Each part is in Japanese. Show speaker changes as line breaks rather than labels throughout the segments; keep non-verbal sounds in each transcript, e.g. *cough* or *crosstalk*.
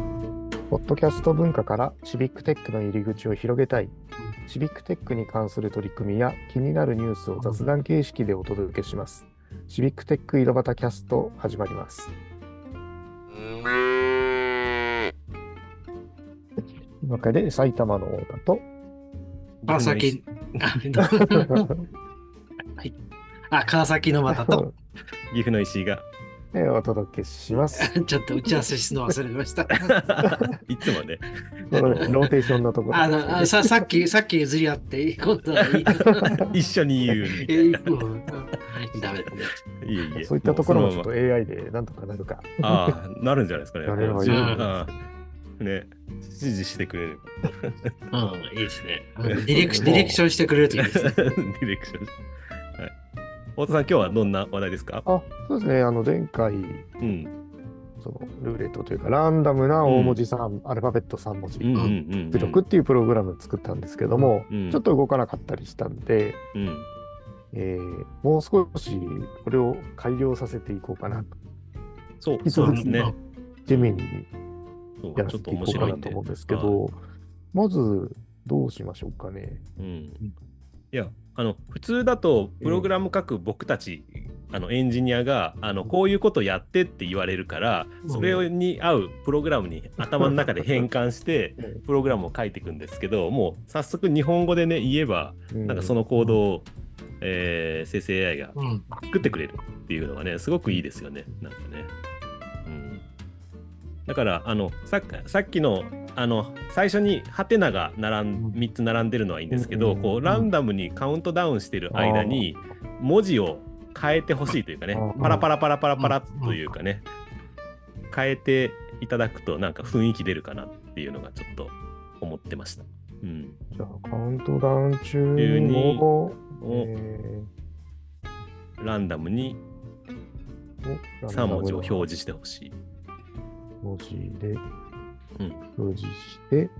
ッドキャスト文化からシビックテックの入り口を広げたい、シビックテックに関する取り組みや気になるニュースを雑談形式でお届けします。シビックテック井戸端キャスト始まります。今回で埼玉の太田
*laughs*
と、
川崎、あ、えっとはい。あ、川崎の又と、
岐阜の石井が
*laughs* えお届けします。
ちょっと打ち合わせするの忘れました。
いつもね
このローテーションのところ
あのあささっき、さっき譲り合って、今度はいい。
一緒に言うみた
え
い
もううんダメだね。
ないえいえ
そういったところもちょっと
う
AI でなんとかなるか。
そのままああなるんじゃないですかね
なれば
こう
いい
ああね指示してくれれば *laughs*
うん、いいですね。うんディレクションディレクションしてくれるといい
デ
ですね。
ィレクションはい太田さん今日はどんな話題ですか
あ、そうですね。あの前回、
うん
そのルーレットというか、ランダムな大文字3、アルファベット3文字、
うんうんうん
出力っていうプログラム作ったんですけども、
うん
ちょっと動かなかったりしたんで、
うん
えーもう少しこれを改良させていこうかなと、
そう
き
そうですね
うん
地面に
そう
やら
ち
せ
ょっと
ていこ
面
うか
白い
なんと
で
思うんですけど、まずどうしましょうかね。
うんいやあの普通だとプログラム書く僕たち、あのエンジニアがあのこういうことやってって言われるから
うん
それに合うプログラムに頭の中で変換して
うん
プログラムを書いていくんですけどもう早速日本語でね言えばなんかその行動を、えー生成 AI が
うん
作ってくれるっていうのがねすごくいいですよねなんかね、うん、だからあのさっさっきのあの最初にハテナが並
うん
ん3つ並んでるのはいいんですけ
う
ど
ん
こうランダムにカウントダウンしてる間に文字を変えてほしいというかね
うん
パラパラパラパラパラというかね変えていただくとなんか雰囲気出るかなっていうのがちょっと思ってました。うん、
じゃあカウントダウン中にも、
を
え
ランダムに
ーお
3文字を表
ラン
示してほしい。
ダムの文字で
うん
表示して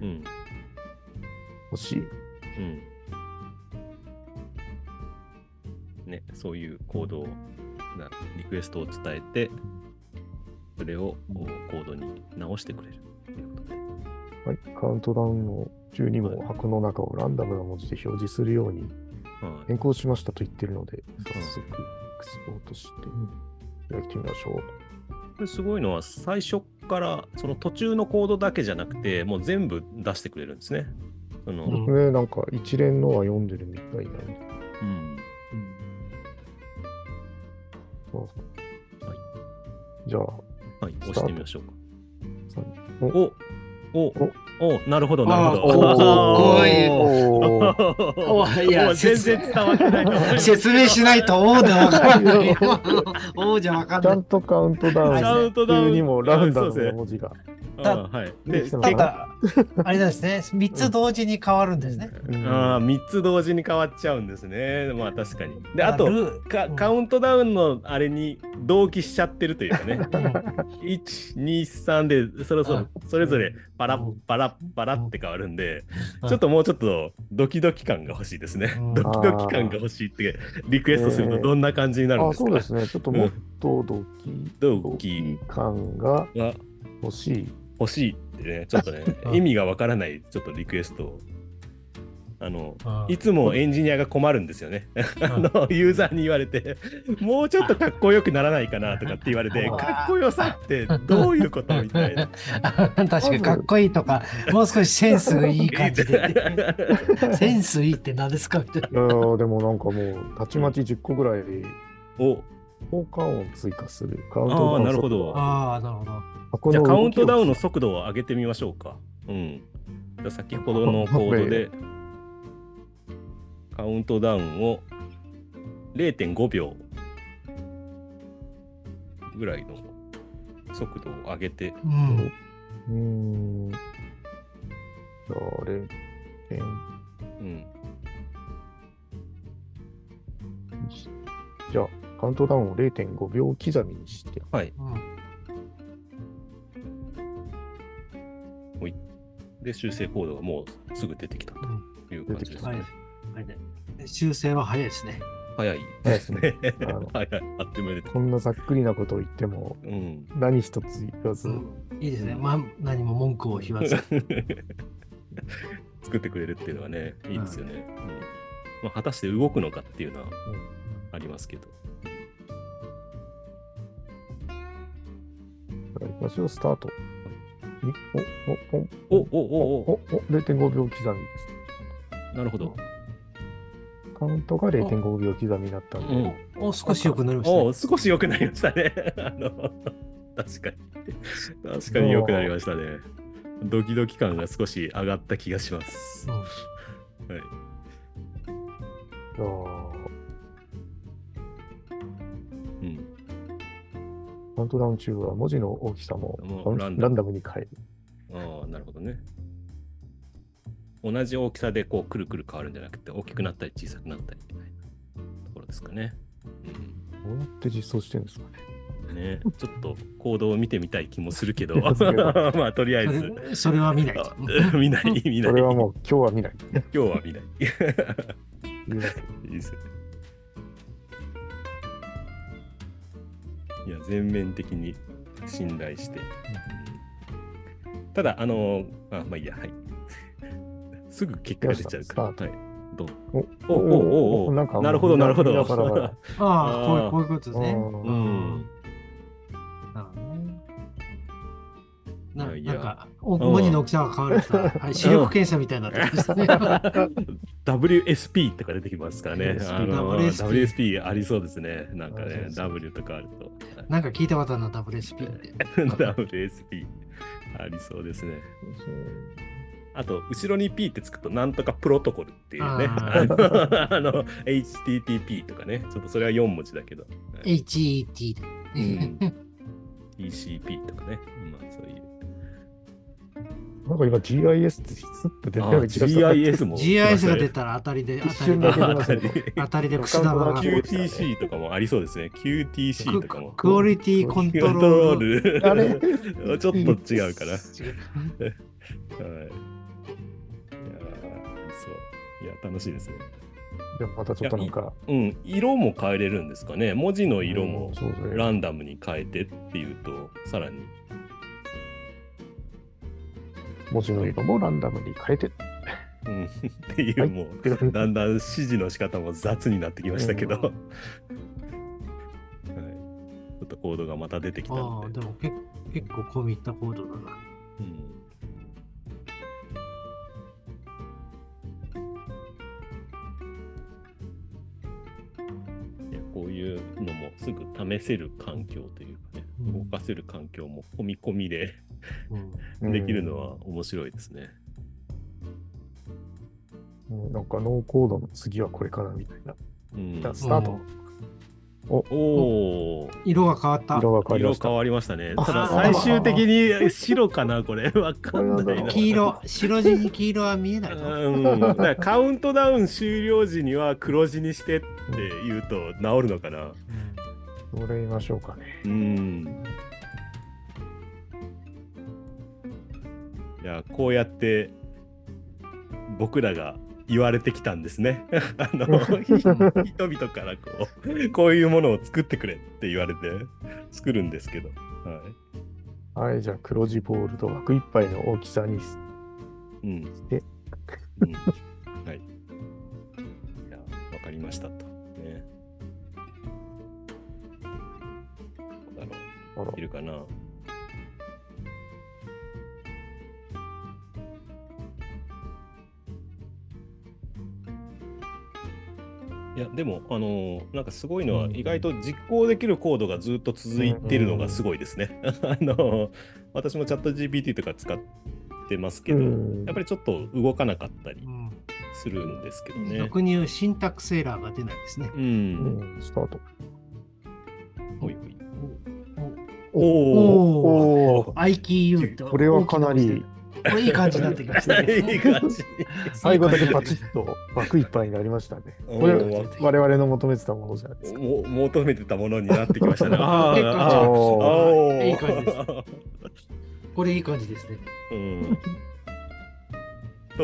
うん
ほしい。
うん。ね、そういう行動なリクエストを伝えて、それをこうコードに直してくれるっていうことで。
はい、カウントダウンの中にも箱の中をランダムな文字で表示するように
はい
変更しましたと言ってるので、早速エクスポートしてやってみましょう。
これすごいのは、最初から、その途中のコードだけじゃなくて、もう全部出してくれるんですね。その、
うん
ね、なんか一連のは読んでるみたいなんで、
うん
じゃあ、
はい、押してみましょうか。
ー
おおおなるほど、なるほ
あ
ど。
お
*laughs*
ー
おいや
もう全然伝わってないと思います
説明しないと王でわかんない。王じゃわかん
ちゃ
ない
ん。とカウントダウン
カウ
ントダウン
中にもランダムの文字が。
あ
た
はい。
で
で
きたの
て
かな
か、あれなんですね、3つ同時に変わるんですね。
うん
ああ、3つ同時に変わっちゃうんですね。まあ確かに。で、あ
ま
と、
ルー
か
うん
カウントダウンのあれに同期しちゃってるというかね。
うん
1、2、3で、そろそろそれぞれパラッパラッパラって変わるんで、
うん
ちょっともうちょっとドキドキ感が欲しいですね
う。ん
ドキドキ感が欲しいってリクエストするとどんな感じになるん
あ
です
そ
か
うですね。ちょっともっとドキ
ドキ
感が
が
欲しい。
欲しいってね、ちょっとね、
*laughs* うん
意味がわからないちょっとリクエストを。あの、
うん
いつもエンジニアが困るんですよね。あのユーザーに言われて、もうちょっとかっこよくならないかなとかって言われて、
うん
かっこよさってどういうことみたいな。
*laughs*
確かにかっこいいとか、もう少しセンスいい *laughs* 感じで。センスいいって何ですかみ
*laughs*。
たいない
やーでもなんかもう、たちまち10個ぐらい
*laughs* お
効果音追加する。カウントダ
ああ、
ウン
なるほど。
ああ、なるほど。
箱
じゃ
の
あ
動き
カ
を
ウントダウンの速度を上げてみましょうか。うん。じゃあ先ほどのコードで、カウントダウンを0.5秒ぐらいの速度を上げて、
うん。
うーん。じゃあ、0.5
うん。
じゃあ、カウントダウンを0.5秒刻みにして。
はい。
うん
で、修正コードがもうすぐ出てきたという感じです
は
ね。
いはいで修正は早いですね。
早いですね。
早いですね
早い。あっという間で。
こんなざっくりなことを言っても、
うん。 *laughs*
何一つ言わず、
うん
いいですね。まあ、何も文句を言わず。
作ってくれるっていうのはね、いいですよね。うんまあ、果たして動くのかっていうのはありますけど。
いきましょう、スタート。お、お、お、
おお
お、
お
お、お、0.5秒刻みです。
おなるほど。
カウントが0.5秒刻みになったん
う
で、
ん、
お、少し良くなりましたね、
お少し良くなりましたね。 *laughs* あの確
*laughs*
かに。確かに良くなりましたね。ドキドキ感が少し上がった気がします。
う
は
ん
い、
あー
うん。
カウントダウン中は文字の大きさも
もう
カウン
ランダム
ランダムに変える。
ああ、なるほどね。同じ大きさでこうくるくる変わるんじゃなくて、大きくなったり小さくなったりみたいなところですかね。
どうやって実装してるんですかね。
うん、ねちょっと行動を見てみたい気もするけど、
いやそうよ
*laughs* まあとりあえず。
それそれは見ない。
あ *laughs* 見ない、見
そ
ない。
れ
今
はもう今日は見ない。
日は見ない。
言えない
いいですね。いや、全面的に信頼して。ただ、あの、あ、まあいいや、はい。 *laughs* すぐ結果が出ちゃうから。
よっしゃスタ
はい。どう
お
おおおおお
なんか
なるほど、なるほ
みんバラバ
*laughs* ど
ラ。
ああ、こうい
あー
うこういうことですね。
うん
うん。
なるほどねな
や
いない
や
んか、お文字の大きさが変わるさ、はい、視力検査みたい *laughs* になってますね。
WSP とか出てきますからね。
WSP
あの
WSP
WSP ありそうですね。なんか
ありそう
ね
で、す
W とかあると。
*laughs*
*laughs* はい
なんか聞いたことあるな、WSP って。
WSP ありそうですね。あと、後ろに P ってつくと、なんとかプロトコルっていうね。
あ
あ *laughs* の、あの HTTP とかね。ちょっとそれは4文字だけど。
HET だ。 *laughs*
うん、ECP とかね。まあ、そういう。
なんか今 GIS ってスッと出
あ
てる気がした。
GIS も。
GIS が出
*laughs* て
たら当たりで、
一
当たり
瞬
で
だ、け出ますね。
当たりで串玉が。
急
QTC とかもありそうですね。QTC とかも。
クオリティコ
コ
ン
ン
ト
トロ
ロー
ー
ル。
ル。
あれ
ちょっと違うかな。
違う
はい。いやーそう。いや、楽しいですね。
でもまたちょっとなんか、
うん、色も変えれるんですかね。文字の色も
そうそれ
ランダムに変えてっていうと、さらに。
文字の色もランダムに変えてっ
うん、 *laughs* ってい
は
う、
い
もう、
ていう
だんだん指示の仕方も雑になってきましたけど。
うん
はい。 *laughs* ちょっとコードがまた出てきた
*laughs* あ
の
あ、
で。
でも結結構込み入ったコードだな。
うんいやこういうのもすぐ試せる環境というかね、
うん
動かせる環境も込み込みで
う
うん
ん
できるのは面白いですね。
うんなんかノーコードの次はこれかなみたいな。
うん
じゃあスタート。
おお、
色が変わった。
色が変わりま
色
した
変。わりましたね。
あ
ただ
あ
最終的に白か
*laughs*
な、これ。わかんないな。
黄色、白地に黄色は見えないぞ。
うん、だからカウントダウン終了時には黒字にしてって言うと治るのかな。
どれ見ましょうかね。
うん。いや、こうやって僕らが言われてきたんですね。 *laughs* あ
*laughs*
の人々からこう、こういうものを作ってくれって言われて作るんですけど。は
はい、じゃあ黒字ボールド枠いっぱいの大きさにし
い。うん。
て、
うんはい。いや、わかりましたと。ね。どうだろ
あら
う。いるかな。いやでも、あのーなんかすごいのは、
うん
意外と実行できるコードがずっと続いてるのがすごいですね。 *laughs* あのー私もチャット GPT とか使ってますけど、
うん
やっぱりちょっと動かなかったり
うん
するんですけどね。
俗に言うシンタクスエラーが出ないですね。
う。
うんん、スタート。
ほいほい
お
お
おお
お
IKU と
これはかなり
これいい感じになってきましたね。
いい感じ。
最後だけパチッと枠いっぱいになりました
*laughs*
ね。
おー
これ我々の求めてたものじゃないですか。
も求めてたものになってきましたね。 *laughs*
*laughs*
あ
結構
あ、ああ
お
ー
おー
いい感じですこれいい感じですね。
うん。と、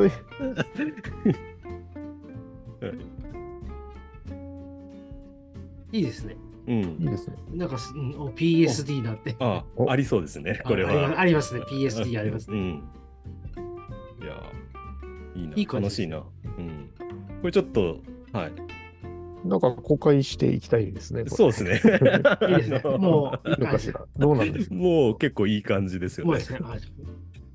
*laughs* はい
いいですね。
うん
いいですね。
なんかす、うんお PSD だって。
あ
お
ありそうです *laughs* ね、これ
あありま
は。
ありますね、PSD ありますね。
うん。いやー、いいな、
いい感じ
楽しいな。うん。これちょっと、はい、
なんか公開していきたいですね。これ
そうですね。
いいです
*laughs*
ね。
あの
もう、
いいのかしら。どうなんですか
もう結構いい感じですよ
もうで
ね。
すね。あ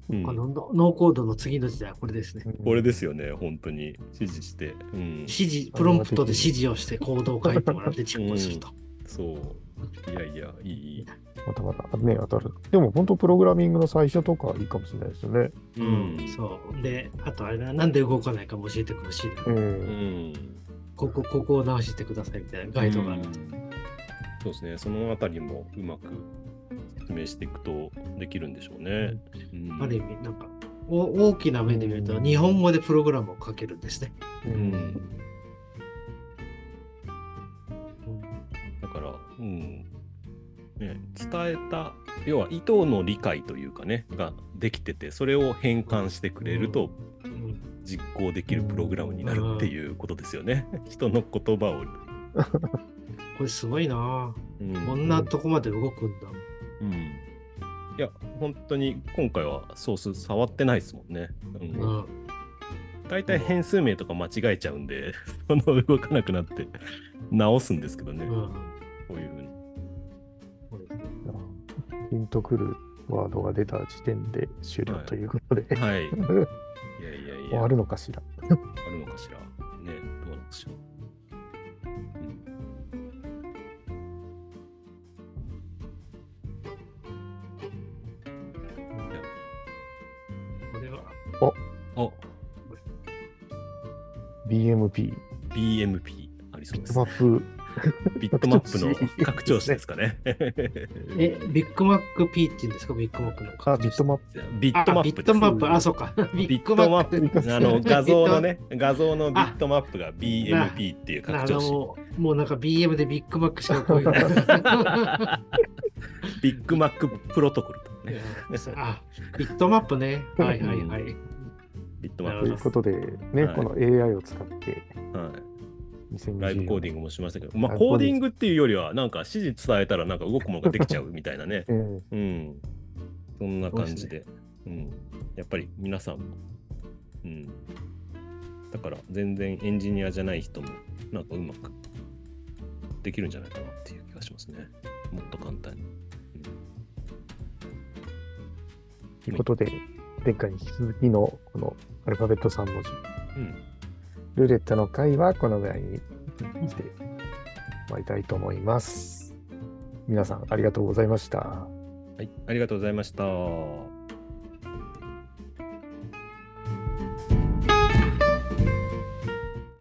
うん
このノノーコードの次の時代はこれですね。
*laughs* これですよね、本当に。指示して。うん。
指示、プロンプトで指示をして行動を書いてもらって実行すると。
そう。いやいや、いいいい。
またまたね、当たる。でも本当プログラミングの最初とかいいかもしれないですよね。
う
うん
ん。
そう。で、あとあれだ、なんで動かないかも教えてほしい
う。
な。
うんん。
ここ、ここを直してくださいみたいなガイドがある。
うんそうですね、そのあたりもうまく説明していくとできるんでしょうね。うん
ある意味、なんか、お大きな目で見ると、日本語でプログラムを書けるんですね。
う。
うんんだから、うんね、伝えた要は意図の理解というかねができててそれを変換してくれると
うん
実行できるプログラムになるっていうことですよね。人の言葉を、
これすごいなぁ
うん
こんなとこまで動くんだ。
うんいや本当に今回はソース触ってないですもんね。うん
うん。
大体変数名とか間違えちゃうんで、 *laughs* その動かなくなって直すんですけどね、
う
こ
ん。
ういうふうに。
これ
ピンとくるワードが出た時点で終了
はい
ということで、
はい。いやいやい
終 *laughs*
や、
わ
あ
る
る
のかしら。
のかしら。ね、どうなんでしょう。うんいや
これは、
あ、
BMP、
BMP ありそうです。
マップ、
ビットマップ
拡張子
の拡張子ですかね。 *laughs*
え、ビッグマック P って言うんですかビッグマックの。
あ、ビットマップ。
ビットマップです。
あビットマップ、あ、そうか。ビ
ビットマ
ビッ
ッ
グ
プ、あの画像の。
ビッ
ね、画像のビットマップが
な
BMP っていう
トマッ
拡張
プなる
子。
ほどもうもうなんか BM でビッグマックしかこう *laughs* いうの。
*laughs* ビッグマックプロトコルとかね、
あ、ビットマップね。はいはいはい。
ビットマ
な
と
ップ
い
る
う
で
ことで、ね、
す。は
ほ
い
この AI を使って、
はい
2020
ライブコーディングもしましたけど、まあ
ライブ
コ
コ
ー
ー
デ
デ
ィ
ィ
ン
ン。
グっていうよりは、なんか指示伝えたらなんか動くものができちゃうみたいなね
え
うん。そんな感じで。うん。やっぱり皆さんも。うん。だから全然エンジニアじゃない人も、なんかうまくできるんじゃないかなっていう気がしますね。もっと簡単に。
えということで、前回に引き続きのこのアルファベット3文字、
うん。
ルーレットの回はこのぐらいにして終わりたいと思います。皆さんありがとうございました。
はい、ありがとうございました。